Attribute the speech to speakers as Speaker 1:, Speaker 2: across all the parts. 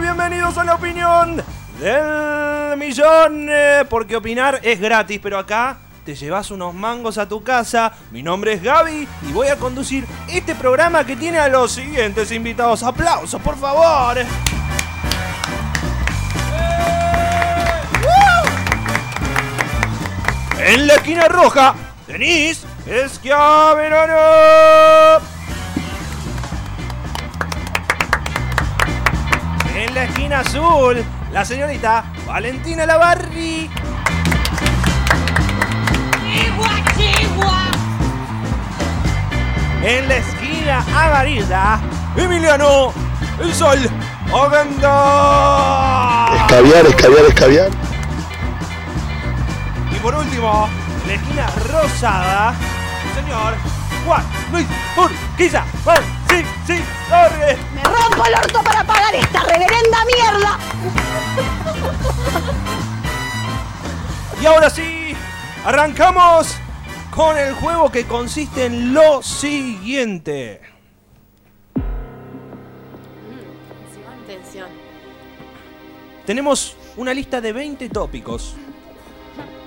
Speaker 1: bienvenidos a la opinión del millón. eh, Porque opinar es gratis, pero acá te llevas unos mangos a tu casa. Mi nombre es Gaby y voy a conducir este programa que tiene a los siguientes invitados. Aplausos, por favor. Eh. En la esquina roja, Denise Esquiaverano. En la esquina azul, la señorita Valentina Lavarri. En la esquina amarilla, Emiliano, el sol, Ogando.
Speaker 2: Escabiar, escabiar, escabiar.
Speaker 1: Y por último, en la esquina rosada, el señor Juan Luis Urquiza. Juan, sí, sí, Torres.
Speaker 3: Me rompo el orto para pagar esta reverenda mierda.
Speaker 1: Y ahora sí, arrancamos con el juego que consiste en lo siguiente.
Speaker 4: Encima en tensión.
Speaker 1: Tenemos una lista de 20 tópicos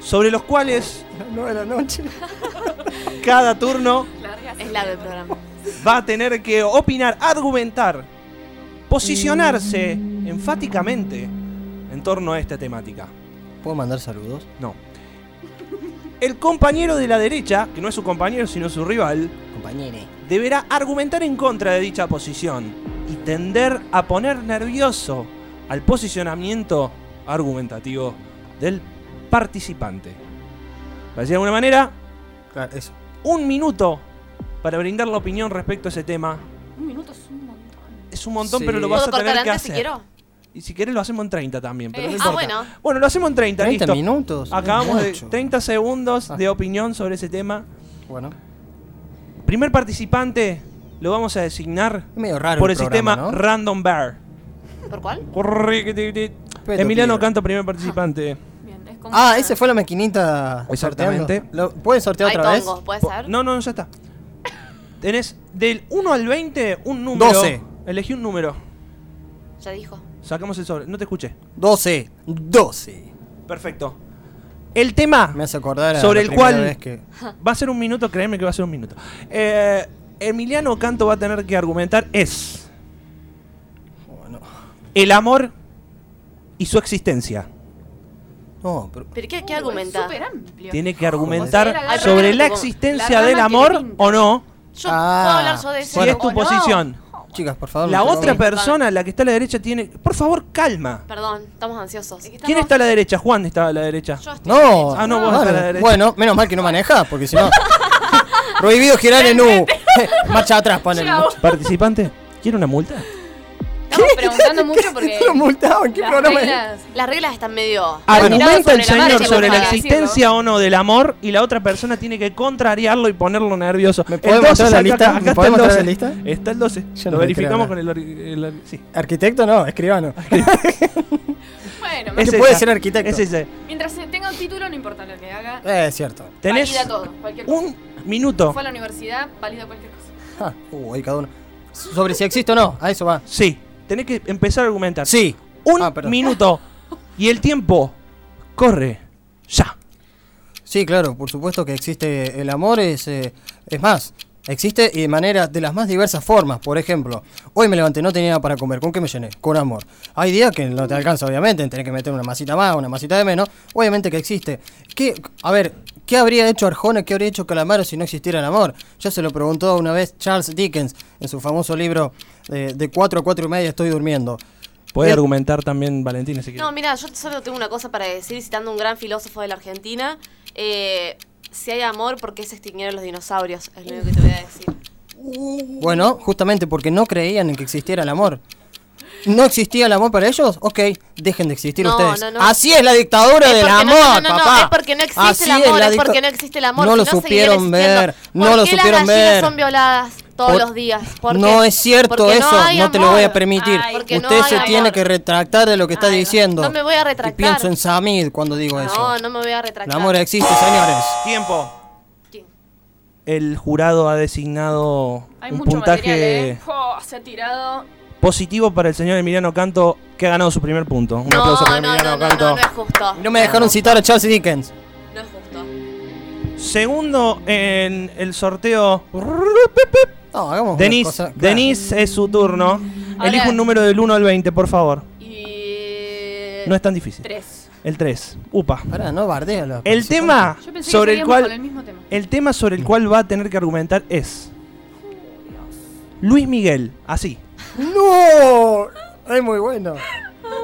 Speaker 1: sobre los cuales
Speaker 3: No de la noche.
Speaker 1: cada turno
Speaker 4: Es la del programa.
Speaker 1: va a tener que opinar, argumentar, posicionarse
Speaker 3: Mm.
Speaker 1: enfáticamente en torno a esta temática.
Speaker 5: ¿Puedo mandar saludos?
Speaker 1: No. El compañero de la derecha, que no es su compañero sino su rival,
Speaker 5: Compañere.
Speaker 1: deberá argumentar en contra de dicha posición y tender a poner nervioso al posicionamiento argumentativo del participante. Para decir de alguna manera,
Speaker 5: Claro, eso.
Speaker 1: un minuto para brindar la opinión respecto a ese tema.
Speaker 4: Un minuto es un montón.
Speaker 1: Es un montón,
Speaker 5: Sí.
Speaker 1: pero lo vas
Speaker 4: ¿Puedo
Speaker 1: a tener
Speaker 4: cortar
Speaker 1: que
Speaker 4: antes
Speaker 1: hacer.
Speaker 4: si quiero?
Speaker 1: Y si querés lo hacemos en 30 también, pero
Speaker 4: Eh,
Speaker 1: no
Speaker 4: ah,
Speaker 1: importa.
Speaker 4: bueno.
Speaker 1: Bueno, lo hacemos en 30,
Speaker 5: 30
Speaker 1: listo.
Speaker 5: minutos.
Speaker 1: Acabamos de
Speaker 5: Mucho.
Speaker 1: 30 segundos
Speaker 5: Ah.
Speaker 1: de opinión sobre ese tema.
Speaker 5: Bueno.
Speaker 1: Primer participante lo vamos a designar
Speaker 5: Es medio raro
Speaker 1: por el,
Speaker 5: el programa,
Speaker 1: sistema
Speaker 5: ¿no?
Speaker 1: Random Bear.
Speaker 4: ¿Por cuál?
Speaker 1: Corriquititi.
Speaker 5: Pero
Speaker 1: Emiliano
Speaker 5: Pierre.
Speaker 1: canta primer participante.
Speaker 4: Bien, es como
Speaker 5: Ah,
Speaker 4: una-
Speaker 5: esa fue la maquinita.
Speaker 1: Exactamente.
Speaker 5: sorteando. ¿Lo, ¿Pueden sortear
Speaker 4: Hay
Speaker 5: otra vez?
Speaker 4: tongos, ¿puede ser?
Speaker 1: No, no, ya está. Tenés del 1 al 20 un número.
Speaker 5: 12.
Speaker 1: Elegí un número.
Speaker 4: Ya dijo.
Speaker 1: Sacamos el sobre. No te escuché.
Speaker 5: 12. 12.
Speaker 1: Perfecto. El tema
Speaker 5: Me hace acordar a
Speaker 1: sobre
Speaker 5: la
Speaker 1: el
Speaker 5: primera
Speaker 1: cual
Speaker 5: vez que-
Speaker 1: va a ser un minuto, créeme que va a ser un minuto. Eh, Emiliano Canto va a tener que argumentar es
Speaker 5: Bueno.
Speaker 1: el amor y su existencia.
Speaker 5: No, pero.
Speaker 4: ¿Pero qué, qué
Speaker 6: Uh, es
Speaker 4: argumenta?
Speaker 6: súper amplio.
Speaker 1: Tiene que
Speaker 6: Como si
Speaker 1: argumentar
Speaker 6: fuera la
Speaker 1: sobre
Speaker 4: rama
Speaker 1: la
Speaker 4: que-
Speaker 1: existencia
Speaker 6: la rama
Speaker 1: del
Speaker 6: que
Speaker 1: amor
Speaker 6: pinta.
Speaker 1: o no,
Speaker 4: Yo
Speaker 5: Ah,
Speaker 4: puedo hablar yo de eso.
Speaker 1: si es tu
Speaker 4: ¿o no?
Speaker 1: posición.
Speaker 5: Chicas, por favor.
Speaker 1: La
Speaker 5: no se
Speaker 1: otra
Speaker 5: pongan-
Speaker 1: persona, la que está a la derecha, tiene... Por favor, calma.
Speaker 4: Perdón, estamos ansiosos.
Speaker 1: ¿Quién está a la derecha? Juan está a la derecha.
Speaker 4: Yo estoy
Speaker 5: No.
Speaker 1: Ah, no, vos estás a la derecha.
Speaker 5: Bueno, menos mal que no maneja, porque si no. Prohibido girar en U. Marcha atrás, ponele.
Speaker 6: Chao.
Speaker 1: Participante, ¿quiere una multa?
Speaker 6: Estamos preguntando mucho porque.
Speaker 5: Lo multaban, ¿qué
Speaker 6: las
Speaker 5: programa es?
Speaker 6: reglas-
Speaker 4: Las reglas están medio.
Speaker 1: Argumenta
Speaker 6: sobre
Speaker 1: el
Speaker 6: la marcha,
Speaker 1: señor
Speaker 6: por
Speaker 1: sobre la
Speaker 6: favor.
Speaker 1: existencia o no del amor y la otra persona tiene que contrariarlo y ponerlo nervioso.
Speaker 5: ¿Me puede
Speaker 1: El 12
Speaker 5: mostrar la
Speaker 1: saca-
Speaker 5: lista?
Speaker 1: Acá
Speaker 5: ¿Me
Speaker 1: está
Speaker 5: puede
Speaker 1: el
Speaker 5: mostrar
Speaker 1: 12.
Speaker 5: la lista?
Speaker 1: Está el 12.
Speaker 5: Yo
Speaker 1: Lo
Speaker 5: no le
Speaker 1: verificamos
Speaker 5: creo
Speaker 1: con el, ori- el ori- sí.
Speaker 5: Arquitecto no, escribano.
Speaker 6: Bueno,
Speaker 5: Es-
Speaker 1: Ese
Speaker 5: puede ser arquitecto.
Speaker 1: Es ese.
Speaker 6: mientras tenga un título, no importa lo que haga.
Speaker 5: Eh, es cierto.
Speaker 1: Tenés
Speaker 6: Valida todo, cualquier cosa.
Speaker 1: un minuto.
Speaker 6: Fue a la universidad, válido cualquier cosa.
Speaker 5: Ah, uh, ahí cada uno. Sobre si existe o no, a eso va.
Speaker 1: Sí. Tenés que empezar a argumentar.
Speaker 5: Sí.
Speaker 1: Un
Speaker 5: Ah, perdón.
Speaker 1: minuto. Y el tiempo corre ya.
Speaker 5: Sí, claro, por supuesto que existe el amor, es, eh, es más, existe y de manera de las más diversas formas. Por ejemplo, hoy me levanté, no tenía nada para comer, ¿con qué me llené? Con amor. Hay días que no te alcanza, obviamente, tenés que meter una masita más, una masita de menos, obviamente que existe. ¿Qué, a ver, ¿qué habría hecho Arjona, qué habría hecho Calamaro si no existiera el amor? Ya se lo preguntó una vez Charles Dickens en su famoso libro eh, de 4 a 4 y media estoy durmiendo.
Speaker 1: Puede
Speaker 5: Eh,
Speaker 1: argumentar también Valentina si
Speaker 4: No,
Speaker 1: quiere.
Speaker 4: mira, yo solo tengo una cosa para decir, citando un gran filósofo de la Argentina. Eh, si hay amor, ¿por qué se extinguieron los dinosaurios? Es lo único que te voy a decir.
Speaker 5: Bueno, justamente porque no creían en que existiera el amor. ¿No existía el amor para ellos? Ok, dejen de existir
Speaker 4: No,
Speaker 5: ustedes.
Speaker 4: no, no.
Speaker 5: Así es la dictadura
Speaker 4: Es
Speaker 5: del
Speaker 4: porque no- no,
Speaker 5: amor,
Speaker 4: no, no,
Speaker 5: papá.
Speaker 4: es porque no existe el
Speaker 5: Así
Speaker 4: amor,
Speaker 5: la
Speaker 4: es porque
Speaker 5: dicta-
Speaker 4: no existe el amor,
Speaker 5: No
Speaker 4: si
Speaker 5: lo
Speaker 4: no,
Speaker 5: supieron
Speaker 4: seguirían existiendo.
Speaker 5: ver,
Speaker 4: ¿Por
Speaker 5: no lo
Speaker 4: qué las
Speaker 5: supieron
Speaker 4: gallinas
Speaker 5: ver.
Speaker 4: son violadas todos
Speaker 5: Por-
Speaker 4: los días? ¿Por
Speaker 5: No
Speaker 4: qué?
Speaker 5: es cierto
Speaker 4: Porque
Speaker 5: eso,
Speaker 4: hay
Speaker 5: no te lo voy a
Speaker 4: amor.
Speaker 5: permitir.
Speaker 6: Ay,
Speaker 4: porque no
Speaker 5: Usted
Speaker 4: hay
Speaker 5: se
Speaker 4: amor.
Speaker 5: tiene que retractar de lo que está
Speaker 6: Ay, no.
Speaker 5: diciendo.
Speaker 4: No me voy a
Speaker 5: Y
Speaker 4: retractar.
Speaker 5: pienso en Samid cuando digo
Speaker 4: No,
Speaker 5: eso.
Speaker 4: no me voy a
Speaker 5: el
Speaker 4: retractar.
Speaker 5: amor existe, señores.
Speaker 1: Tiempo.
Speaker 4: ¿Quién?
Speaker 1: El jurado ha designado
Speaker 6: Hay
Speaker 1: un
Speaker 6: mucho ¿eh?
Speaker 1: puntaje
Speaker 6: material, ¿eh? Jo, se ha tirado.
Speaker 1: Positivo para el señor Emiliano Canto, que ha ganado su primer punto. Un
Speaker 4: No,
Speaker 1: aplauso para
Speaker 4: no, no,
Speaker 1: Emiliano
Speaker 4: no, no,
Speaker 1: Canto.
Speaker 4: no es justo.
Speaker 5: No me dejaron citar a Charles Dickens.
Speaker 4: No es justo.
Speaker 1: Segundo en el sorteo.
Speaker 5: No, hagamos una
Speaker 1: Denis,
Speaker 5: cosa- claro.
Speaker 1: Denis es su turno.
Speaker 6: Ahora-
Speaker 1: Elige un número del 1 al 20, por favor.
Speaker 6: Y.
Speaker 1: No es tan difícil.
Speaker 6: Eh, Tres.
Speaker 1: El 3. Upa.
Speaker 5: Pará, no bardea los
Speaker 1: El tema
Speaker 6: Yo pensé
Speaker 1: sobre
Speaker 6: que
Speaker 1: el
Speaker 6: seguíamos
Speaker 1: cual
Speaker 6: con el mismo tema.
Speaker 1: el tema sobre el cual va a tener que argumentar es Luis Miguel, así.
Speaker 5: ¡No! Es muy bueno.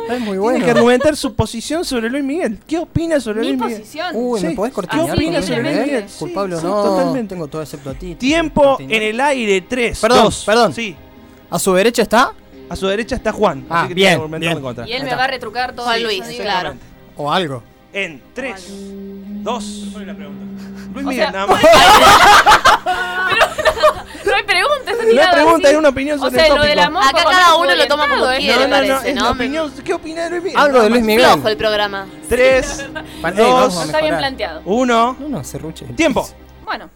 Speaker 5: Es
Speaker 1: Tiene
Speaker 5: muy
Speaker 1: que
Speaker 5: bueno.
Speaker 1: argumentar su posición sobre Luis Miguel. ¿Qué opina sobre
Speaker 6: Mi
Speaker 1: Luis Miguel?
Speaker 6: posición.
Speaker 5: Uy, ¿me
Speaker 1: Sí.
Speaker 5: podés cortar?
Speaker 6: ¿Qué opinas sobre Luis Miguel?
Speaker 1: Sí,
Speaker 5: Culpable o
Speaker 1: sí,
Speaker 5: no.
Speaker 1: totalmente.
Speaker 5: Tengo todo excepto a ti.
Speaker 1: Tiempo
Speaker 5: Martín.
Speaker 1: en el aire 3.
Speaker 5: Perdón, perdón.
Speaker 1: Sí.
Speaker 5: A su derecha está.
Speaker 1: A su derecha está Juan.
Speaker 5: Ah,
Speaker 1: tiene que
Speaker 5: bien,
Speaker 1: argumentarme
Speaker 5: bien.
Speaker 1: en contra.
Speaker 6: Y él
Speaker 5: Ahí
Speaker 6: me
Speaker 5: está.
Speaker 6: va a retrucar todo
Speaker 4: Juan
Speaker 6: eso,
Speaker 4: Luis,
Speaker 6: así que-
Speaker 4: claro.
Speaker 5: O algo.
Speaker 1: En 3, 2. Luis
Speaker 6: O
Speaker 1: Miguel,
Speaker 6: sea,
Speaker 1: nada más.
Speaker 6: No hay preguntas,
Speaker 1: No hay pregunta, hay una opinión sobre
Speaker 6: O
Speaker 1: el
Speaker 6: sea, lo del
Speaker 1: tópico.
Speaker 6: amor.
Speaker 4: Acá
Speaker 6: por
Speaker 4: cada
Speaker 6: menos
Speaker 4: uno lo toma como
Speaker 6: orientado,
Speaker 4: quiere,
Speaker 6: ¿eh?
Speaker 1: No, no, no,
Speaker 4: parece,
Speaker 1: es
Speaker 4: ¿no?
Speaker 1: la
Speaker 4: Me-
Speaker 1: opinión. ¿Qué opina de Luis Miguel?
Speaker 5: Algo de Luis Miguel.
Speaker 4: Flojo el programa.
Speaker 1: 3,
Speaker 5: Para- Ey, vamos
Speaker 6: No
Speaker 5: a
Speaker 1: dos,
Speaker 6: está bien
Speaker 5: mejorar.
Speaker 6: planteado.
Speaker 1: 1.
Speaker 5: No, no, serruche.
Speaker 1: Tiempo.
Speaker 6: Bueno,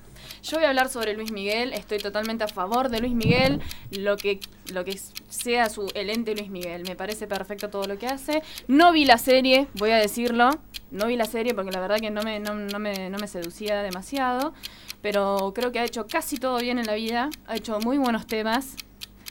Speaker 6: yo voy a hablar sobre Luis Miguel. Estoy totalmente a favor de Luis Miguel. Lo que, lo que sea su el ente Luis Miguel. Me parece perfecto todo lo que hace. No vi la serie, voy a decirlo. No vi la serie porque la verdad que no me, no, no me, no me seducía demasiado. Pero creo que ha hecho casi todo bien en la vida. Ha hecho muy buenos temas.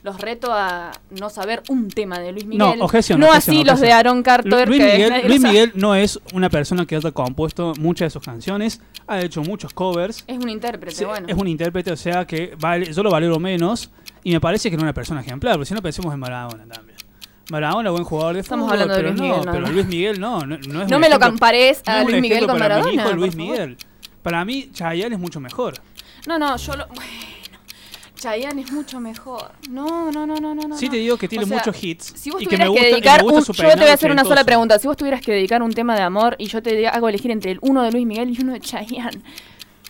Speaker 6: Los reto a no saber un tema de Luis
Speaker 2: No,
Speaker 6: Miguel.
Speaker 2: objeción,
Speaker 6: no
Speaker 2: objeción,
Speaker 6: así los de
Speaker 2: objeción.
Speaker 6: Aaron Carter.
Speaker 2: Luis
Speaker 6: que
Speaker 2: Miguel,
Speaker 6: nadie lo
Speaker 2: Luis
Speaker 6: sabe.
Speaker 2: Miguel no es una persona que ha compuesto muchas de sus canciones, ha hecho muchos covers,
Speaker 6: Es un intérprete,
Speaker 2: se-
Speaker 6: bueno.
Speaker 2: es un intérprete, o sea que vale- yo lo valoro menos y me parece que no es una persona ejemplar, porque si no pensemos en Maradona también. Maradona, buen jugador de
Speaker 6: Estamos
Speaker 2: fútbol,
Speaker 6: hablando de
Speaker 2: pero,
Speaker 6: Luis
Speaker 2: no,
Speaker 6: Miguel, nada
Speaker 2: pero
Speaker 6: más.
Speaker 2: Luis Miguel no, no, no es un
Speaker 6: No me lo
Speaker 2: ejemplo-
Speaker 6: compares
Speaker 2: no es
Speaker 6: a
Speaker 2: un
Speaker 6: Luis Miguel
Speaker 2: ejemplo
Speaker 6: con
Speaker 2: para mi
Speaker 6: Maradona.
Speaker 2: hijo
Speaker 6: por
Speaker 2: Luis
Speaker 6: favor.
Speaker 2: Miguel. Para mí, Chayanne es mucho mejor.
Speaker 6: No, no, yo lo. Bueno, Chayanne es mucho mejor. No, no, no, no, no. no,
Speaker 2: Sí
Speaker 6: no.
Speaker 2: te digo que tiene
Speaker 6: O sea,
Speaker 2: muchos hits.
Speaker 6: Si vos
Speaker 2: y que me
Speaker 6: tuvieras que,
Speaker 2: gusta, y me
Speaker 6: dedicar
Speaker 2: gusta
Speaker 6: un,
Speaker 2: su
Speaker 6: yo te voy a
Speaker 2: peinado
Speaker 6: hacer una sola
Speaker 2: ochentoso.
Speaker 6: pregunta. Si vos tuvieras que dedicar un tema de amor y yo te di- hago elegir entre el uno de Luis Miguel y uno de Chayanne,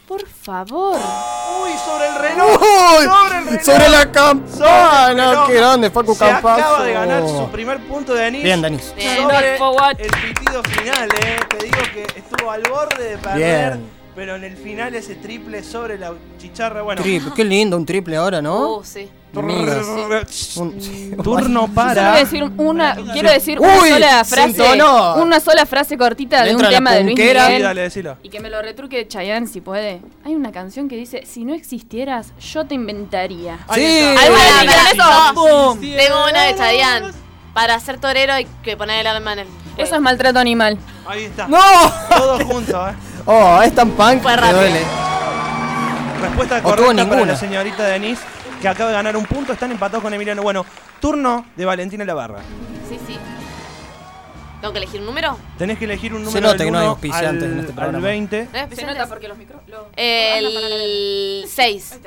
Speaker 6: por favor.
Speaker 1: Uy, sobre el reloj.
Speaker 5: ¡Uy!
Speaker 1: Sobre el reloj.
Speaker 5: Sobre la
Speaker 1: Sobre el
Speaker 5: campana.
Speaker 1: reloj.
Speaker 5: ¡Qué grande, Facu
Speaker 1: Se acaba
Speaker 5: Campazo!
Speaker 1: de ganar su primer punto de Denis.
Speaker 5: Bien, Denis.
Speaker 4: Bien.
Speaker 1: Sobre
Speaker 6: No, what?
Speaker 1: el pitido final, eh. Te digo que estuvo al borde de perder.
Speaker 5: Bien.
Speaker 1: Pero en el final ese triple sobre la chicharra, bueno.
Speaker 5: Triple, qué lindo, un triple ahora, ¿no?
Speaker 1: Oh,
Speaker 4: Uh, sí.
Speaker 5: Amigas. Un-
Speaker 1: Turno
Speaker 6: Yo solo voy
Speaker 1: para.
Speaker 6: a decir una, quiero decir
Speaker 5: Uy,
Speaker 6: una sola
Speaker 5: se
Speaker 6: frase.
Speaker 5: entonó.
Speaker 6: Una sola frase cortita
Speaker 5: Le
Speaker 6: de un
Speaker 5: entra la
Speaker 6: tema de Luis
Speaker 5: punquera.
Speaker 1: Sí,
Speaker 6: Miguel.
Speaker 1: dale, decilo.
Speaker 6: Y que me lo retruque Chayanne si puede. Hay una canción que dice, si no existieras, yo te inventaría.
Speaker 1: Ahí
Speaker 5: Sí.
Speaker 1: está.
Speaker 5: Ahí
Speaker 4: Pará,
Speaker 5: va,
Speaker 4: pará,
Speaker 6: Sí,
Speaker 4: pará.
Speaker 6: ¡Bum!
Speaker 4: Tengo una de Chayanne. Para ser torero hay que poner el alma en el. fuego.
Speaker 6: Eso es maltrato animal.
Speaker 1: Ahí está.
Speaker 5: ¡No!
Speaker 1: Todos juntos, eh.
Speaker 5: Oh, es tan punk
Speaker 4: Fue
Speaker 5: que
Speaker 4: rápido.
Speaker 5: duele.
Speaker 1: Respuesta
Speaker 5: tuvo
Speaker 1: correcta para
Speaker 5: ninguna.
Speaker 1: la señorita Denise, que acaba de ganar un punto. Están empatados con Emiliano. Bueno, turno de Valentina Lavarra.
Speaker 4: Eh, Sí, sí. ¿Tengo que elegir un número?
Speaker 1: Tenés que elegir un
Speaker 5: Se
Speaker 1: número
Speaker 5: nota
Speaker 1: del
Speaker 5: que no hay
Speaker 1: 1
Speaker 5: auspiciantes en
Speaker 1: al-
Speaker 5: este
Speaker 1: al
Speaker 5: programa.
Speaker 1: 20.
Speaker 4: ¿No es especial?
Speaker 6: porque los micros...
Speaker 4: El 6.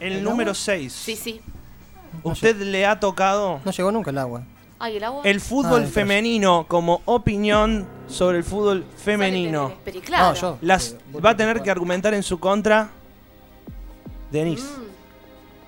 Speaker 1: El número 6.
Speaker 4: Sí, sí.
Speaker 1: ¿Usted le ha tocado
Speaker 5: No llegó nunca el agua.
Speaker 4: Ay, el agua.
Speaker 1: el fútbol
Speaker 5: Ah,
Speaker 1: femenino como opinión sobre el fútbol femenino?
Speaker 4: Pero y claro.
Speaker 5: No, yo. eh,
Speaker 1: Las va a tener que argumentar en su contra Denise.
Speaker 4: Mm.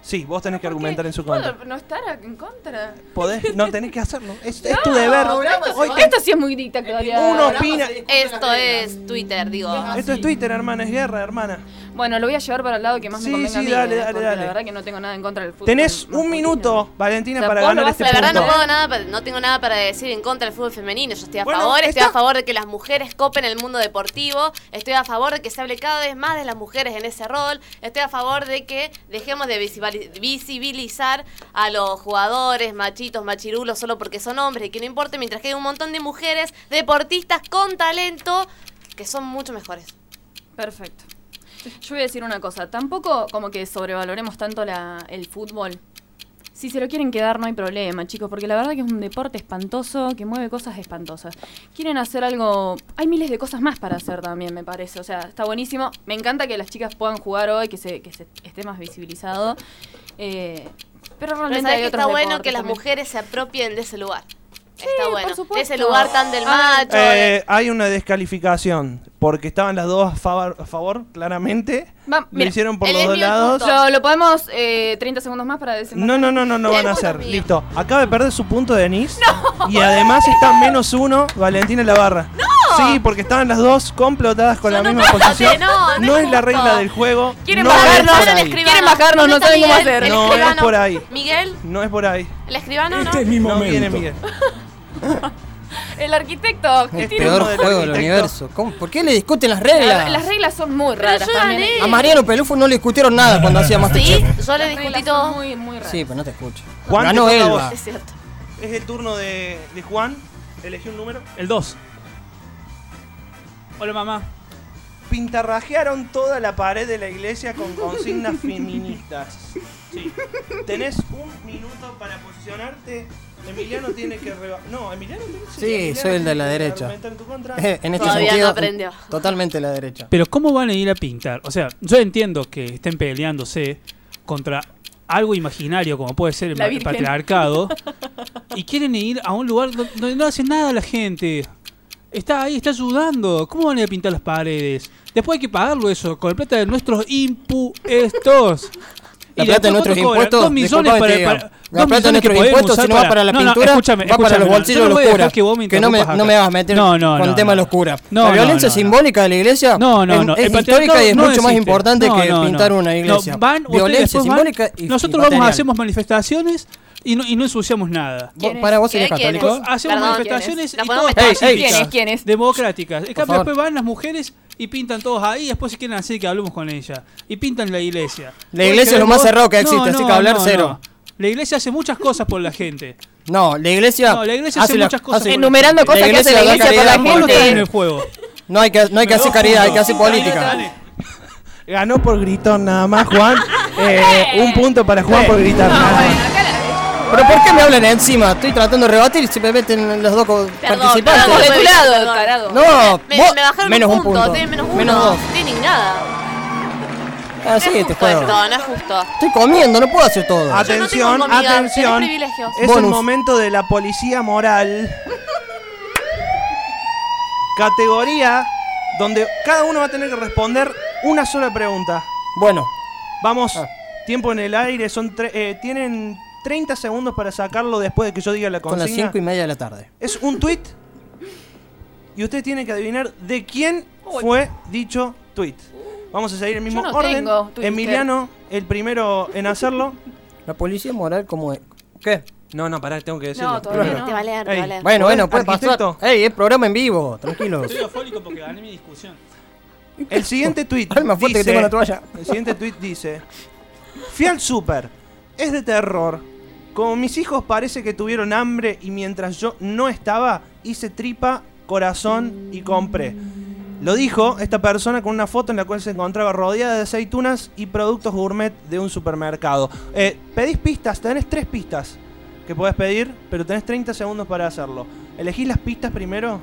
Speaker 1: Sí, vos tenés que argumentar en su contra.
Speaker 6: ¿Puedo no estar en contra?
Speaker 1: Podés, no tenés que hacerlo. Es, es tu deber. Hoy te-
Speaker 6: Esto sí es muy dictatorial.
Speaker 1: uno opina.
Speaker 4: Esto es Twitter, digo.
Speaker 1: Esto es Twitter, hermana, es guerra, hermana.
Speaker 6: Bueno, lo voy a llevar para el lado que más
Speaker 1: Sí,
Speaker 6: me convenga
Speaker 1: sí,
Speaker 6: a mí,
Speaker 1: dale,
Speaker 6: eh,
Speaker 1: dale,
Speaker 6: porque
Speaker 1: dale.
Speaker 6: La verdad que no tengo nada en contra del fútbol.
Speaker 1: Tenés un
Speaker 6: masculino.
Speaker 1: minuto, Valentina,
Speaker 6: O sea,
Speaker 1: para
Speaker 6: vos lo
Speaker 1: ganar
Speaker 6: vas
Speaker 1: este
Speaker 6: a
Speaker 4: La verdad no
Speaker 1: punto.
Speaker 4: puedo nada, pa- no tengo nada para decir en contra del fútbol femenino. Yo estoy a
Speaker 1: Bueno,
Speaker 4: favor, estoy
Speaker 1: está.
Speaker 4: a favor de que las mujeres copen el mundo deportivo, estoy a favor de que se hable cada vez más de las mujeres en ese rol, estoy a favor de que dejemos de visibali- visibilizar a los jugadores machitos, machirulos solo porque son hombres y que no importa, mientras que hay un montón de mujeres deportistas con talento que son mucho mejores.
Speaker 6: Perfecto. Yo voy a decir una cosa. Tampoco como que sobrevaloremos tanto la, el fútbol. Si se lo quieren quedar no hay problema, chicos, porque la verdad que es un deporte espantoso que mueve cosas espantosas. Quieren hacer algo... Hay miles de cosas más para hacer también, me parece. O sea, está buenísimo. Me encanta que las chicas puedan jugar hoy, que se, que se esté más visibilizado. Eh, pero
Speaker 4: Pero
Speaker 6: realmente
Speaker 4: sabes
Speaker 6: hay
Speaker 4: que
Speaker 6: otros
Speaker 4: está bueno
Speaker 6: deportes
Speaker 4: que las
Speaker 6: también.
Speaker 4: mujeres se apropien de ese lugar. está bueno.
Speaker 6: por
Speaker 4: de ese
Speaker 6: supuesto.
Speaker 4: lugar tan del
Speaker 6: Ah,
Speaker 4: macho. de-
Speaker 1: Eh, hay una descalificación, porque estaban las dos a favor, a favor, claramente.
Speaker 6: Va,
Speaker 1: Lo
Speaker 6: mira,
Speaker 1: hicieron por
Speaker 4: él
Speaker 1: los
Speaker 4: es
Speaker 1: dos
Speaker 4: mi
Speaker 1: lados.
Speaker 4: punto.
Speaker 6: Lo, lo podemos eh, 30 segundos más para decir...
Speaker 1: No, no, no, no, no
Speaker 4: El
Speaker 1: van a
Speaker 4: punto
Speaker 1: hacer.
Speaker 4: es mío.
Speaker 1: Listo. Acaba de perder su punto Denise. Y además está menos uno Valentina Lavarra. Sí, porque estaban las dos complotadas con
Speaker 4: Yo
Speaker 1: la
Speaker 4: no
Speaker 1: misma
Speaker 4: comploté,
Speaker 1: posición.
Speaker 4: no, no es
Speaker 1: es la
Speaker 4: justo.
Speaker 1: regla del juego.
Speaker 4: Quieren
Speaker 1: no
Speaker 4: bajarnos,
Speaker 1: es por
Speaker 4: ahora el
Speaker 1: ahí.
Speaker 4: escribano.
Speaker 6: Quieren bajarnos,
Speaker 4: ¿Dónde
Speaker 6: no
Speaker 4: está
Speaker 6: saben cómo
Speaker 4: Miguel?
Speaker 6: hacer.
Speaker 4: El
Speaker 1: No,
Speaker 4: escribano.
Speaker 1: es por ahí.
Speaker 4: Miguel,
Speaker 1: No es por ahí.
Speaker 4: el escribano,
Speaker 7: Este es
Speaker 4: ¿no?
Speaker 7: mi
Speaker 1: No viene
Speaker 7: momento.
Speaker 1: Miguel. Este
Speaker 6: El arquitecto. que
Speaker 5: El
Speaker 6: tiene-
Speaker 1: uno
Speaker 5: peor
Speaker 1: del
Speaker 5: juego del
Speaker 1: arquitecto.
Speaker 5: universo. ¿Cómo? ¿Por qué le discuten las reglas?
Speaker 6: La- las reglas son muy
Speaker 4: Pero
Speaker 6: raras
Speaker 4: yo
Speaker 6: también.
Speaker 4: gané.
Speaker 5: A Mariano Pelufo no le discutieron nada cuando hacía
Speaker 4: Sí,
Speaker 5: Masterchef.
Speaker 4: yo le
Speaker 6: Las
Speaker 4: discutí
Speaker 6: reglas
Speaker 4: todo.
Speaker 6: son muy, muy raras.
Speaker 5: Sí, pero no te escucho.
Speaker 1: Juan,
Speaker 5: Ganó
Speaker 1: te toca a
Speaker 5: Elba.
Speaker 4: Es cierto.
Speaker 1: Es el turno de, de Juan. Elegí un número.
Speaker 2: El 2. Hola, mamá.
Speaker 1: Pintarrajearon toda la pared de la iglesia con consignas feministas. Sí. Tenés un minuto para posicionarte. Emiliano tiene que reba- No, Emiliano tiene
Speaker 5: Sí, soy el de la derecha.
Speaker 1: argumentar en tu contra.
Speaker 5: en este
Speaker 4: Todavía no
Speaker 5: sentido,
Speaker 4: aprendió.
Speaker 5: totalmente la derecha.
Speaker 2: Pero ¿cómo van a ir a pintar? O sea, yo entiendo que estén peleándose contra algo imaginario como puede ser el
Speaker 6: La
Speaker 2: ma-
Speaker 6: Virgen.
Speaker 2: patriarcado y quieren ir a un lugar do- donde no hace nada la gente. Está ahí, está ayudando. ¿Cómo van a ir a pintar las paredes? Después hay que pagarlo eso con la plata de nuestros impuestos.
Speaker 5: La
Speaker 2: Y
Speaker 5: plata de
Speaker 2: después,
Speaker 5: nuestros
Speaker 2: ¿cuánto cobran?
Speaker 5: impuestos,
Speaker 2: Dos millones
Speaker 5: disculpame,
Speaker 2: para,
Speaker 5: te digo.
Speaker 2: para-
Speaker 5: La
Speaker 2: dos
Speaker 5: plata de
Speaker 2: millones que
Speaker 5: nuestros
Speaker 2: podemos
Speaker 5: impuestos,
Speaker 2: usar
Speaker 5: si no va para la pintura,
Speaker 2: escúchame,
Speaker 5: va para
Speaker 2: escúchame,
Speaker 5: los
Speaker 2: Hernán,
Speaker 5: bolsillos
Speaker 2: yo
Speaker 5: de
Speaker 2: no
Speaker 5: los
Speaker 2: voy a dejar
Speaker 5: curas.
Speaker 2: que vos me
Speaker 5: Que no me,
Speaker 2: interrumpas
Speaker 5: no
Speaker 2: acá.
Speaker 5: me vas a meter
Speaker 2: No, no,
Speaker 5: con
Speaker 2: no,
Speaker 5: el tema
Speaker 2: no.
Speaker 5: de los curas.
Speaker 2: No,
Speaker 5: la
Speaker 2: no,
Speaker 5: violencia
Speaker 2: no, no.
Speaker 5: simbólica de la iglesia
Speaker 2: No, no,
Speaker 5: es,
Speaker 2: no.
Speaker 5: es
Speaker 2: El patriarcado
Speaker 5: histórica y es
Speaker 2: no
Speaker 5: mucho más
Speaker 2: existe.
Speaker 5: importante
Speaker 2: No,
Speaker 5: que
Speaker 2: no, no.
Speaker 5: pintar una iglesia.
Speaker 2: No, van, ustedes
Speaker 5: violencia
Speaker 2: después van,
Speaker 5: simbólica y
Speaker 2: Nosotros
Speaker 5: y
Speaker 2: vamos,
Speaker 5: material.
Speaker 2: hacemos manifestaciones y no, y no ensuciamos nada.
Speaker 5: Vos- Para vos eres
Speaker 4: ¿Qué quieres?
Speaker 5: católico.
Speaker 2: Hacemos
Speaker 4: Perdón,
Speaker 2: manifestaciones
Speaker 4: ¿quiénes?
Speaker 2: y
Speaker 4: La
Speaker 2: todas
Speaker 4: podemos
Speaker 2: pacíficas,
Speaker 6: meter. ¿Quiénes? ¿Quiénes?
Speaker 2: democráticas. En cambio,
Speaker 5: favor.
Speaker 2: después van las mujeres y pintan todos ahí y después se quieren hacer que hablemos con ella. Y pintan la iglesia.
Speaker 5: La
Speaker 2: Hoy
Speaker 5: iglesia
Speaker 2: se
Speaker 5: es lo
Speaker 2: ven
Speaker 5: más
Speaker 2: vos-
Speaker 5: cerrado que existe, así que hablar cero.
Speaker 2: La iglesia hace muchas cosas por la gente.
Speaker 5: No, la iglesia,
Speaker 2: No, la iglesia hace
Speaker 5: la-
Speaker 2: muchas cosas por-
Speaker 6: Enumerando
Speaker 5: La
Speaker 6: cosas que hace
Speaker 5: iglesia
Speaker 6: la
Speaker 5: da
Speaker 6: iglesia por
Speaker 5: caridad
Speaker 6: la
Speaker 5: por
Speaker 2: Vos lo traes en
Speaker 6: gente.
Speaker 2: el juego.
Speaker 5: No hay que, no hay que hacer caridad, hay que hacer política.
Speaker 1: Ganó por gritón nada más Juan. Eh, un punto para Juan por gritar. nada más.
Speaker 5: Pero ¿por qué me hablan encima? Estoy tratando de rebatir y se me meten los dos co-
Speaker 4: Perdón,
Speaker 5: participantes.
Speaker 6: Estamos de tu
Speaker 4: Perdón,
Speaker 6: lado,
Speaker 4: perdón.
Speaker 6: tarado.
Speaker 5: No,
Speaker 4: Me,
Speaker 5: vos-
Speaker 4: me bajaron
Speaker 5: menos
Speaker 4: un punto,
Speaker 5: punto.
Speaker 4: tenés menos uno.
Speaker 5: dos.
Speaker 4: No tienen nada.
Speaker 5: Ah, sí,
Speaker 4: no es
Speaker 5: te
Speaker 4: justo
Speaker 5: juego.
Speaker 4: esto, no es justo.
Speaker 5: Estoy comiendo, no puedo hacer todo.
Speaker 4: no tengo
Speaker 1: Atención,
Speaker 4: comida, tenés
Speaker 1: atención.
Speaker 4: privilegios.
Speaker 1: Es el
Speaker 5: Bonus.
Speaker 1: momento de la policía moral. Categoría donde cada uno va a tener que responder una sola pregunta.
Speaker 5: Bueno,
Speaker 1: Vamos,
Speaker 5: Ah.
Speaker 1: tiempo en el aire, son tre- eh, tienen 30 segundos para sacarlo después de que yo diga la
Speaker 5: son las
Speaker 1: consigna.
Speaker 5: cinco y media de la tarde.
Speaker 1: Es un tweet y usted tiene que adivinar de quién
Speaker 6: Uy.
Speaker 1: fue dicho tweet. Vamos a seguir el mismo
Speaker 6: Yo no
Speaker 1: orden.
Speaker 6: tengo Twitter.
Speaker 1: Emiliano, el primero en hacerlo.
Speaker 5: La policía moral como es.
Speaker 4: Eh.
Speaker 5: ¿Qué?
Speaker 1: No, no, pará, tengo que decirlo.
Speaker 6: No, todavía
Speaker 4: Te
Speaker 6: no.
Speaker 4: va a leer, te
Speaker 1: Ey.
Speaker 4: va a leer.
Speaker 5: Bueno, bueno, puede pasar.
Speaker 1: Arquitecto.
Speaker 5: Ey, es programa en vivo, tranquilos.
Speaker 2: Estoy eufórico porque gané mi discusión.
Speaker 1: El siguiente tweet
Speaker 5: Ay, más Oh, fuerte que
Speaker 1: dice-
Speaker 5: tengo la toalla.
Speaker 1: El siguiente tweet dice: Fui al super, es de terror. Como mis hijos parece que tuvieron hambre y mientras yo no estaba, hice tripa, corazón y compré. Lo dijo esta persona con una foto en la cual se encontraba rodeada de aceitunas y productos gourmet de un supermercado. Eh, pedís pistas, tenés tres pistas que podés pedir, pero tenés 30 segundos para hacerlo. ¿Elegís las pistas primero?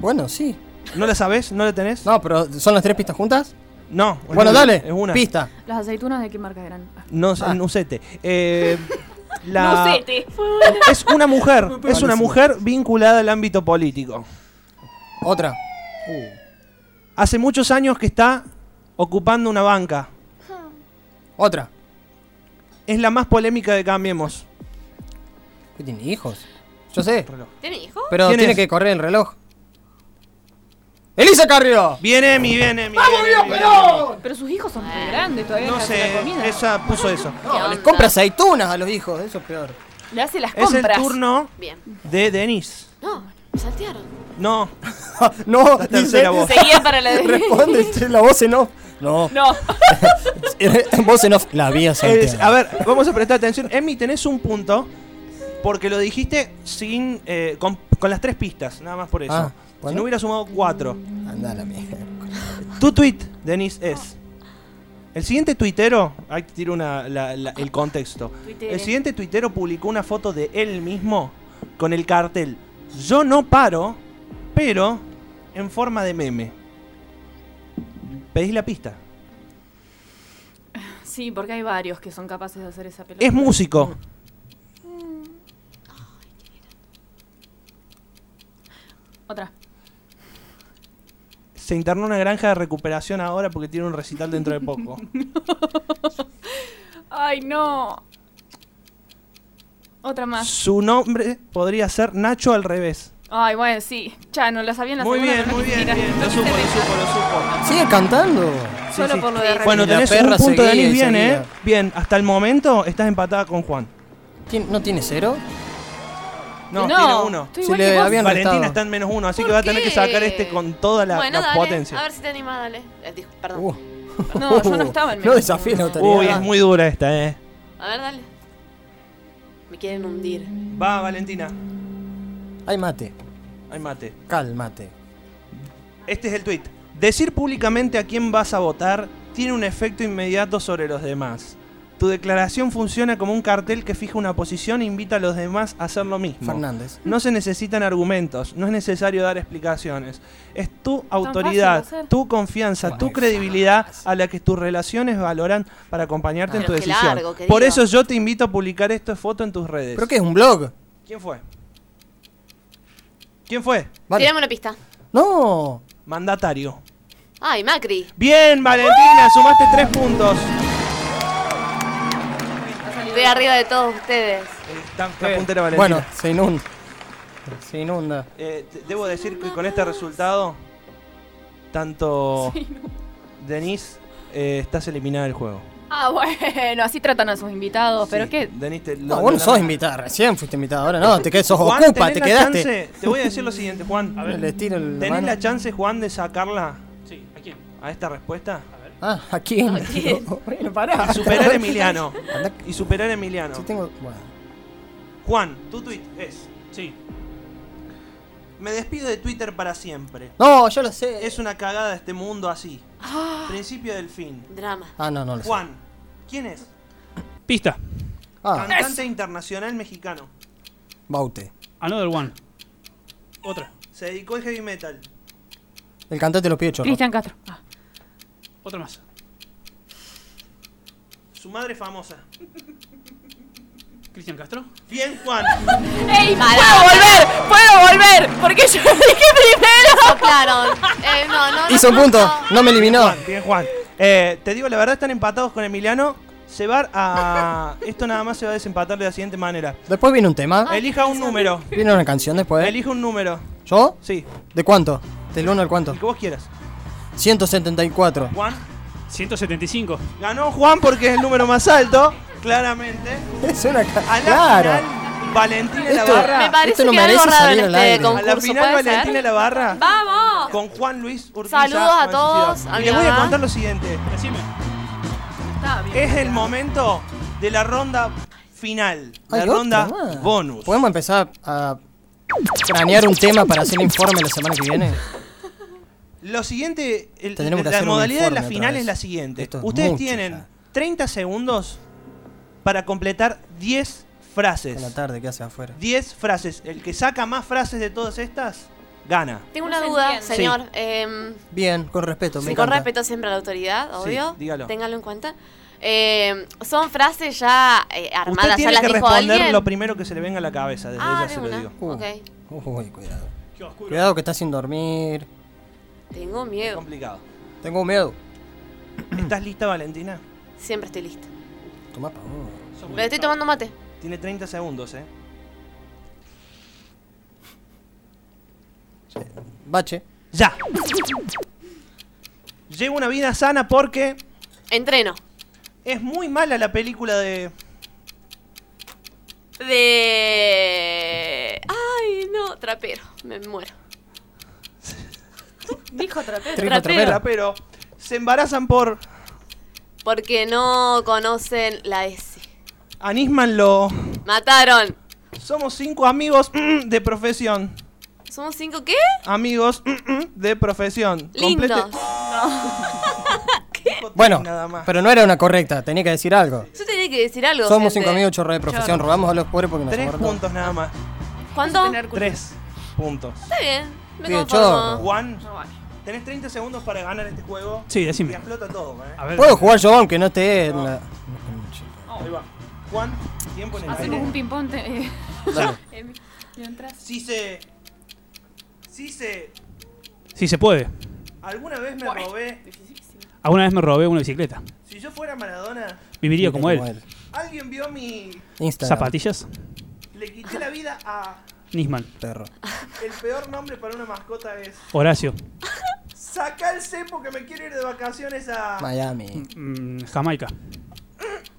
Speaker 5: Bueno, sí.
Speaker 1: ¿No las sabés? ¿No la tenés?
Speaker 5: No, pero ¿son las tres pistas juntas?
Speaker 1: No.
Speaker 5: Bueno,
Speaker 1: es una,
Speaker 5: dale.
Speaker 1: Es una.
Speaker 5: Pista.
Speaker 6: ¿Las aceitunas de qué marca eran? Ah.
Speaker 1: No, sé,
Speaker 5: Ah.
Speaker 1: no sé te. Eh, la-
Speaker 6: Nocete.
Speaker 1: Es una mujer, es una
Speaker 5: Buenísimo.
Speaker 1: mujer vinculada al ámbito político.
Speaker 5: Otra.
Speaker 1: Hace muchos años que está ocupando una banca.
Speaker 5: Otra.
Speaker 1: Es la más polémica de Cambiemos.
Speaker 5: ¿Qué tiene hijos? Yo sé.
Speaker 4: ¿Tienen hijo?
Speaker 5: Pero
Speaker 1: ¿Quién
Speaker 5: tiene
Speaker 1: es?
Speaker 5: que correr el reloj. ¡Elisa Carrió!
Speaker 1: Viene mi, viene mi.
Speaker 6: Pero sus hijos son muy grandes, todavía
Speaker 1: No
Speaker 6: le hace la
Speaker 1: sé,
Speaker 6: comida.
Speaker 1: esa puso eso.
Speaker 4: ¿Qué
Speaker 5: Les
Speaker 4: onda?
Speaker 5: compra aceitunas a los hijos, eso es peor.
Speaker 6: Le hace las
Speaker 1: Es el
Speaker 6: compras.
Speaker 1: turno
Speaker 4: Bien.
Speaker 1: de Denis.
Speaker 4: No, me saltearon.
Speaker 1: No,
Speaker 5: no,
Speaker 1: la tercera voz.
Speaker 6: Seguía para la de...
Speaker 5: Responde che, la voz en off. No,
Speaker 6: No.
Speaker 5: voz en off. La vía
Speaker 1: Es-
Speaker 5: Santiago.
Speaker 1: Eh, a ver, vamos a prestar atención. Emi, tenés un punto porque lo dijiste sin eh, con, con las tres pistas, nada más por eso.
Speaker 5: Ah,
Speaker 1: Si
Speaker 5: bueno.
Speaker 1: no hubiera sumado cuatro.
Speaker 5: Andá a la mierda.
Speaker 1: Tu tweet, Denis, es. El siguiente tuitero, ahí te tiro una- la- la- el contexto.
Speaker 4: Tuitere.
Speaker 1: El siguiente tuitero publicó una foto de él mismo con el cartel Yo no paro, pero en forma de meme. Pedís la pista.
Speaker 6: Sí, porque hay varios que son capaces de hacer esa pelota.
Speaker 1: Es músico.
Speaker 6: Otra.
Speaker 1: Se internó en una granja de recuperación ahora porque tiene un recital dentro de poco.
Speaker 6: Ay, no. Otra más.
Speaker 1: Su nombre podría ser Nacho al revés.
Speaker 6: Ay, bueno, sí. Ya, no lo sabían las
Speaker 1: Muy bien, muy bien, bien. Lo supo, lo supo, lo supo.
Speaker 5: Sigue cantando.
Speaker 6: Solo por lo de Remy.
Speaker 1: Bueno,
Speaker 5: Y la
Speaker 1: tenés
Speaker 5: perra
Speaker 1: un punto,
Speaker 5: seguía
Speaker 1: Denis,
Speaker 5: y
Speaker 1: bien,
Speaker 5: seguía.
Speaker 1: ¿eh? Bien, hasta el momento estás empatada con Juan.
Speaker 5: ¿Tien- ¿No tiene cero?
Speaker 1: No,
Speaker 6: No,
Speaker 1: tiene uno.
Speaker 6: estoy
Speaker 5: Si
Speaker 6: igual
Speaker 5: le
Speaker 6: que vos.
Speaker 5: habían-
Speaker 1: Valentina
Speaker 5: restado.
Speaker 1: está en menos uno, así
Speaker 4: ¿Por
Speaker 1: que va a tener
Speaker 4: qué?
Speaker 1: que sacar este con toda la,
Speaker 4: bueno,
Speaker 1: la
Speaker 4: dale,
Speaker 1: potencia.
Speaker 4: A ver si te animás, dale. Eh, dis- Perdón.
Speaker 5: Uh.
Speaker 6: No, yo no estaba en
Speaker 5: No
Speaker 6: menos
Speaker 5: desafíes la
Speaker 6: uno.
Speaker 5: autoridad.
Speaker 1: Uy, es muy dura esta, ¿eh?
Speaker 4: A ver, dale. Me quieren hundir.
Speaker 1: Va, Valentina.
Speaker 5: Ay, mate.
Speaker 1: Ay, mate.
Speaker 5: Cálmate.
Speaker 1: Este es el tweet. Decir públicamente a quién vas a votar tiene un efecto inmediato sobre los demás. Tu declaración funciona como un cartel que fija una posición e invita a los demás a hacer lo mismo.
Speaker 5: Fernández.
Speaker 1: No se necesitan argumentos, no es necesario dar explicaciones. Es tu
Speaker 6: fácil de
Speaker 1: autoridad,
Speaker 6: hacer.
Speaker 1: tu confianza, tu credibilidad a la que tus relaciones valoran para acompañarte en tu
Speaker 4: Pero qué
Speaker 1: decisión.
Speaker 4: largo, querido.
Speaker 1: Por eso yo te invito a publicar esta foto en tus redes.
Speaker 5: ¿Pero qué es un blog?
Speaker 1: ¿Quién fue? ¿Quién fue?
Speaker 5: Vale.
Speaker 4: Tirame una pista.
Speaker 5: No.
Speaker 1: Mandatario.
Speaker 4: Ay, Macri.
Speaker 1: Bien, Valentina, sumaste tres puntos.
Speaker 4: Estoy arriba de todos ustedes.
Speaker 1: Está, está puntera Valentina.
Speaker 5: Eh, Bueno, se inunda. Se inunda.
Speaker 1: Eh, te- debo decir que con este resultado, tanto Denise, eh, estás eliminada del juego.
Speaker 6: Ah, bueno, así tratan a sus invitados, pero
Speaker 1: Sí,
Speaker 6: qué.
Speaker 1: Denise, te-
Speaker 5: No,
Speaker 1: lo-
Speaker 5: vos no
Speaker 1: lo-
Speaker 5: sos invitada, recién fuiste invitada, ahora no, te quedas, sos
Speaker 1: Juan,
Speaker 5: ocupa,
Speaker 1: tenés
Speaker 5: te
Speaker 1: la
Speaker 5: quedaste.
Speaker 1: chance- te voy a decir lo siguiente, Juan.
Speaker 5: Le tiro el- la
Speaker 1: ¿Tenés
Speaker 5: mano.
Speaker 1: la chance, Juan, de sacarla
Speaker 2: Sí, ¿a quién?
Speaker 1: a esta respuesta?
Speaker 5: Ah, ¿a quién? bueno, pará.
Speaker 1: Y superar a Emiliano.
Speaker 5: Andá-
Speaker 1: Y superar a Emiliano.
Speaker 5: Sí tengo... Bueno.
Speaker 1: Juan, tu tweet es:
Speaker 2: Sí.
Speaker 1: Me despido de Twitter para siempre.
Speaker 5: No, yo lo sé.
Speaker 1: Es una cagada este mundo así.
Speaker 4: Ah.
Speaker 1: Principio del fin.
Speaker 4: Drama.
Speaker 5: Ah, no, no lo sé.
Speaker 1: Juan, ¿quién es?
Speaker 2: Pista.
Speaker 5: Ah,
Speaker 1: Cantante internacional mexicano.
Speaker 5: Baute.
Speaker 2: Another one. Otra.
Speaker 1: Se dedicó al heavy metal.
Speaker 5: El cantante de los pies chorros.
Speaker 6: Cristian Castro. Ah,
Speaker 2: Otra más.
Speaker 1: Su madre es famosa.
Speaker 2: Cristian Castro.
Speaker 1: Bien, Juan.
Speaker 6: ¡Ey!
Speaker 4: Pará.
Speaker 6: ¡Puedo volver! ¡Puedo volver! Porque yo dije primero.
Speaker 4: Soplaron. Eh, no, no, no.
Speaker 5: Hizo un punto,
Speaker 4: Ah, no.
Speaker 5: no me eliminó.
Speaker 1: Bien, Juan. Eh, te digo, la verdad están empatados con Emiliano. Se va a... Esto nada más se va a desempatar de la siguiente manera.
Speaker 5: Después vino un tema,
Speaker 1: Elija un número.
Speaker 5: vino una canción después.
Speaker 1: Elija un número.
Speaker 5: ¿Yo?
Speaker 1: Sí,
Speaker 5: ¿De cuánto? ¿Del 1 al cuánto?
Speaker 1: el que vos quieras.
Speaker 5: 174.
Speaker 1: Juan.
Speaker 2: 175.
Speaker 1: Ganó Juan porque es el número más alto, claramente.
Speaker 5: Es una
Speaker 1: A la
Speaker 5: canción. Claro.
Speaker 1: final, Valentina
Speaker 5: Esto-
Speaker 1: Lavarra.
Speaker 4: Me parece
Speaker 5: Esto no
Speaker 4: que algo
Speaker 5: merece
Speaker 4: raro en
Speaker 5: salir al
Speaker 4: este
Speaker 5: aire.
Speaker 1: A la
Speaker 4: concurso.
Speaker 1: final,
Speaker 4: ¿puede ser?
Speaker 1: Valentina Lavarra.
Speaker 4: ¡Vamos!
Speaker 1: Con Juan Luis Urquiza.
Speaker 4: Saludos a
Speaker 1: Juan
Speaker 4: todos,
Speaker 1: Sucido.
Speaker 4: a
Speaker 1: Y
Speaker 4: mi
Speaker 1: les voy a
Speaker 4: mamá.
Speaker 1: contar lo siguiente.
Speaker 2: Decime.
Speaker 1: Es el momento de la ronda final. La
Speaker 5: Hay otra
Speaker 1: ronda
Speaker 5: más.
Speaker 1: bonus.
Speaker 5: ¿Podemos empezar a cranear un tema para hacer informe la semana que viene?
Speaker 1: Lo siguiente, el-
Speaker 5: Tendremos que
Speaker 1: la
Speaker 5: hacer un
Speaker 1: modalidad de la
Speaker 5: informe otra
Speaker 1: final
Speaker 5: vez.
Speaker 1: es la siguiente.
Speaker 5: Esto es
Speaker 1: Ustedes
Speaker 5: mucho
Speaker 1: tienen
Speaker 5: ya.
Speaker 1: 30 segundos para completar 10 frases.
Speaker 5: En la tarde, ¿qué hace afuera?
Speaker 1: 10 frases. El que saca más frases de todas estas, gana.
Speaker 4: Tengo una
Speaker 6: No se
Speaker 4: duda,
Speaker 6: entiende.
Speaker 4: señor. Eh,
Speaker 5: Bien, con respeto, me
Speaker 4: sí, con
Speaker 5: encanta.
Speaker 4: respeto siempre a la autoridad,
Speaker 1: Sí,
Speaker 4: obvio.
Speaker 1: dígalo.
Speaker 4: Téngalo en cuenta. Eh, son frases ya eh,
Speaker 1: Usted
Speaker 4: armadas, ya
Speaker 1: tiene
Speaker 4: las
Speaker 1: que
Speaker 4: dijo
Speaker 1: responder
Speaker 4: alguien.
Speaker 1: lo primero que se le venga a la cabeza, desde
Speaker 4: ah,
Speaker 1: ya
Speaker 4: de
Speaker 1: se lo
Speaker 4: una.
Speaker 1: digo.
Speaker 5: Uh,
Speaker 4: Ok.
Speaker 5: Uy, cuidado. Cuidado que estás sin dormir.
Speaker 4: Tengo
Speaker 1: Es
Speaker 4: miedo.
Speaker 1: complicado.
Speaker 5: Tengo miedo.
Speaker 1: ¿Estás lista, Valentina?
Speaker 4: Siempre estoy lista.
Speaker 5: Toma pa' uno.
Speaker 4: Pero estoy tomando mate.
Speaker 1: Tiene 30 segundos, ¿eh?
Speaker 5: Bache.
Speaker 1: ¡Ya! Llevo una vida sana porque
Speaker 4: Entreno.
Speaker 1: es muy mala la película de...
Speaker 4: De. Ay, no, trapero. Me muero.
Speaker 6: Dijo trapero.
Speaker 5: Trigo trapero.
Speaker 1: Pero se embarazan por...
Speaker 4: Porque no conocen la S.
Speaker 1: Anisman lo...
Speaker 4: Mataron.
Speaker 1: Somos cinco amigos mm, de profesión.
Speaker 4: ¿Somos cinco qué?
Speaker 1: Amigos mm, mm, de profesión.
Speaker 4: Lindos.
Speaker 1: Complete-
Speaker 5: Bueno,
Speaker 1: Nada más.
Speaker 5: pero no era una correcta, tenía que decir algo.
Speaker 4: Yo tenía que decir algo.
Speaker 5: Somos
Speaker 4: gente.
Speaker 5: cinco amigos chorro de profesión, robamos a los pobres porque nos
Speaker 1: Tres
Speaker 5: abordan.
Speaker 1: puntos nada más.
Speaker 4: ¿Cuánto?
Speaker 6: Tener culpa.
Speaker 1: Tres puntos.
Speaker 4: Está bien. Me
Speaker 5: Bien,
Speaker 4: conformo.
Speaker 1: Juan,
Speaker 6: No vale.
Speaker 1: tenés 30 segundos para ganar este juego.
Speaker 2: Sí,
Speaker 1: Y
Speaker 2: decime.
Speaker 1: explota todo, ¿eh?
Speaker 2: A ver.
Speaker 5: Puedo jugar yo aunque no esté en la.
Speaker 1: Ahí va. Juan, tiempo en el
Speaker 6: Hacemos
Speaker 1: aire.
Speaker 6: un ping-pong. te- eh,
Speaker 5: Dale.
Speaker 6: em, mientras-
Speaker 1: Si se... Si se...
Speaker 2: Sí, se puede.
Speaker 1: Alguna vez me robé...
Speaker 2: Alguna vez me robé una bicicleta.
Speaker 1: Si yo fuera Maradona,
Speaker 2: Viviría como él.
Speaker 1: alguien vio mi...
Speaker 5: Instagram.
Speaker 2: Zapatillas.
Speaker 1: Le quité la vida a...
Speaker 2: Nisman.
Speaker 5: Perro.
Speaker 1: El peor nombre para una mascota es.
Speaker 2: Horacio.
Speaker 1: Saca el cepo que me quiero ir de vacaciones a.
Speaker 5: Miami.
Speaker 2: Mm, Jamaica.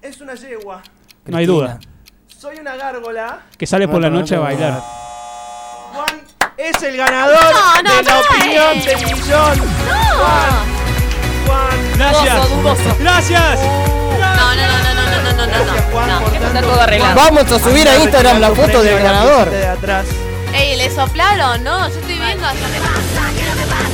Speaker 1: Es una yegua.
Speaker 2: No hay duda.
Speaker 1: Soy una gárgola.
Speaker 2: Que sale por la noche a bailar.
Speaker 1: Juan es el ganador
Speaker 4: No, no,
Speaker 1: de la
Speaker 4: no
Speaker 1: opinión
Speaker 4: es.
Speaker 1: del millón.
Speaker 4: No,
Speaker 1: Juan,
Speaker 2: Gracias.
Speaker 6: Dudoso, dudoso.
Speaker 2: Gracias.
Speaker 4: no, no, no, no, no, no, no,
Speaker 1: gracias
Speaker 4: no,
Speaker 1: Juan
Speaker 4: no.
Speaker 1: por
Speaker 6: Está
Speaker 1: tanto.
Speaker 6: todo arreglado.
Speaker 5: Vamos a subir a Instagram la foto
Speaker 1: Premio
Speaker 5: del
Speaker 1: a la
Speaker 5: ganador.
Speaker 1: fiesta de atrás.
Speaker 4: Ey, ¿le soplaron? No, yo estoy viendo allá.
Speaker 3: ¿Qué le pasa? ¿Qué es lo que pasa?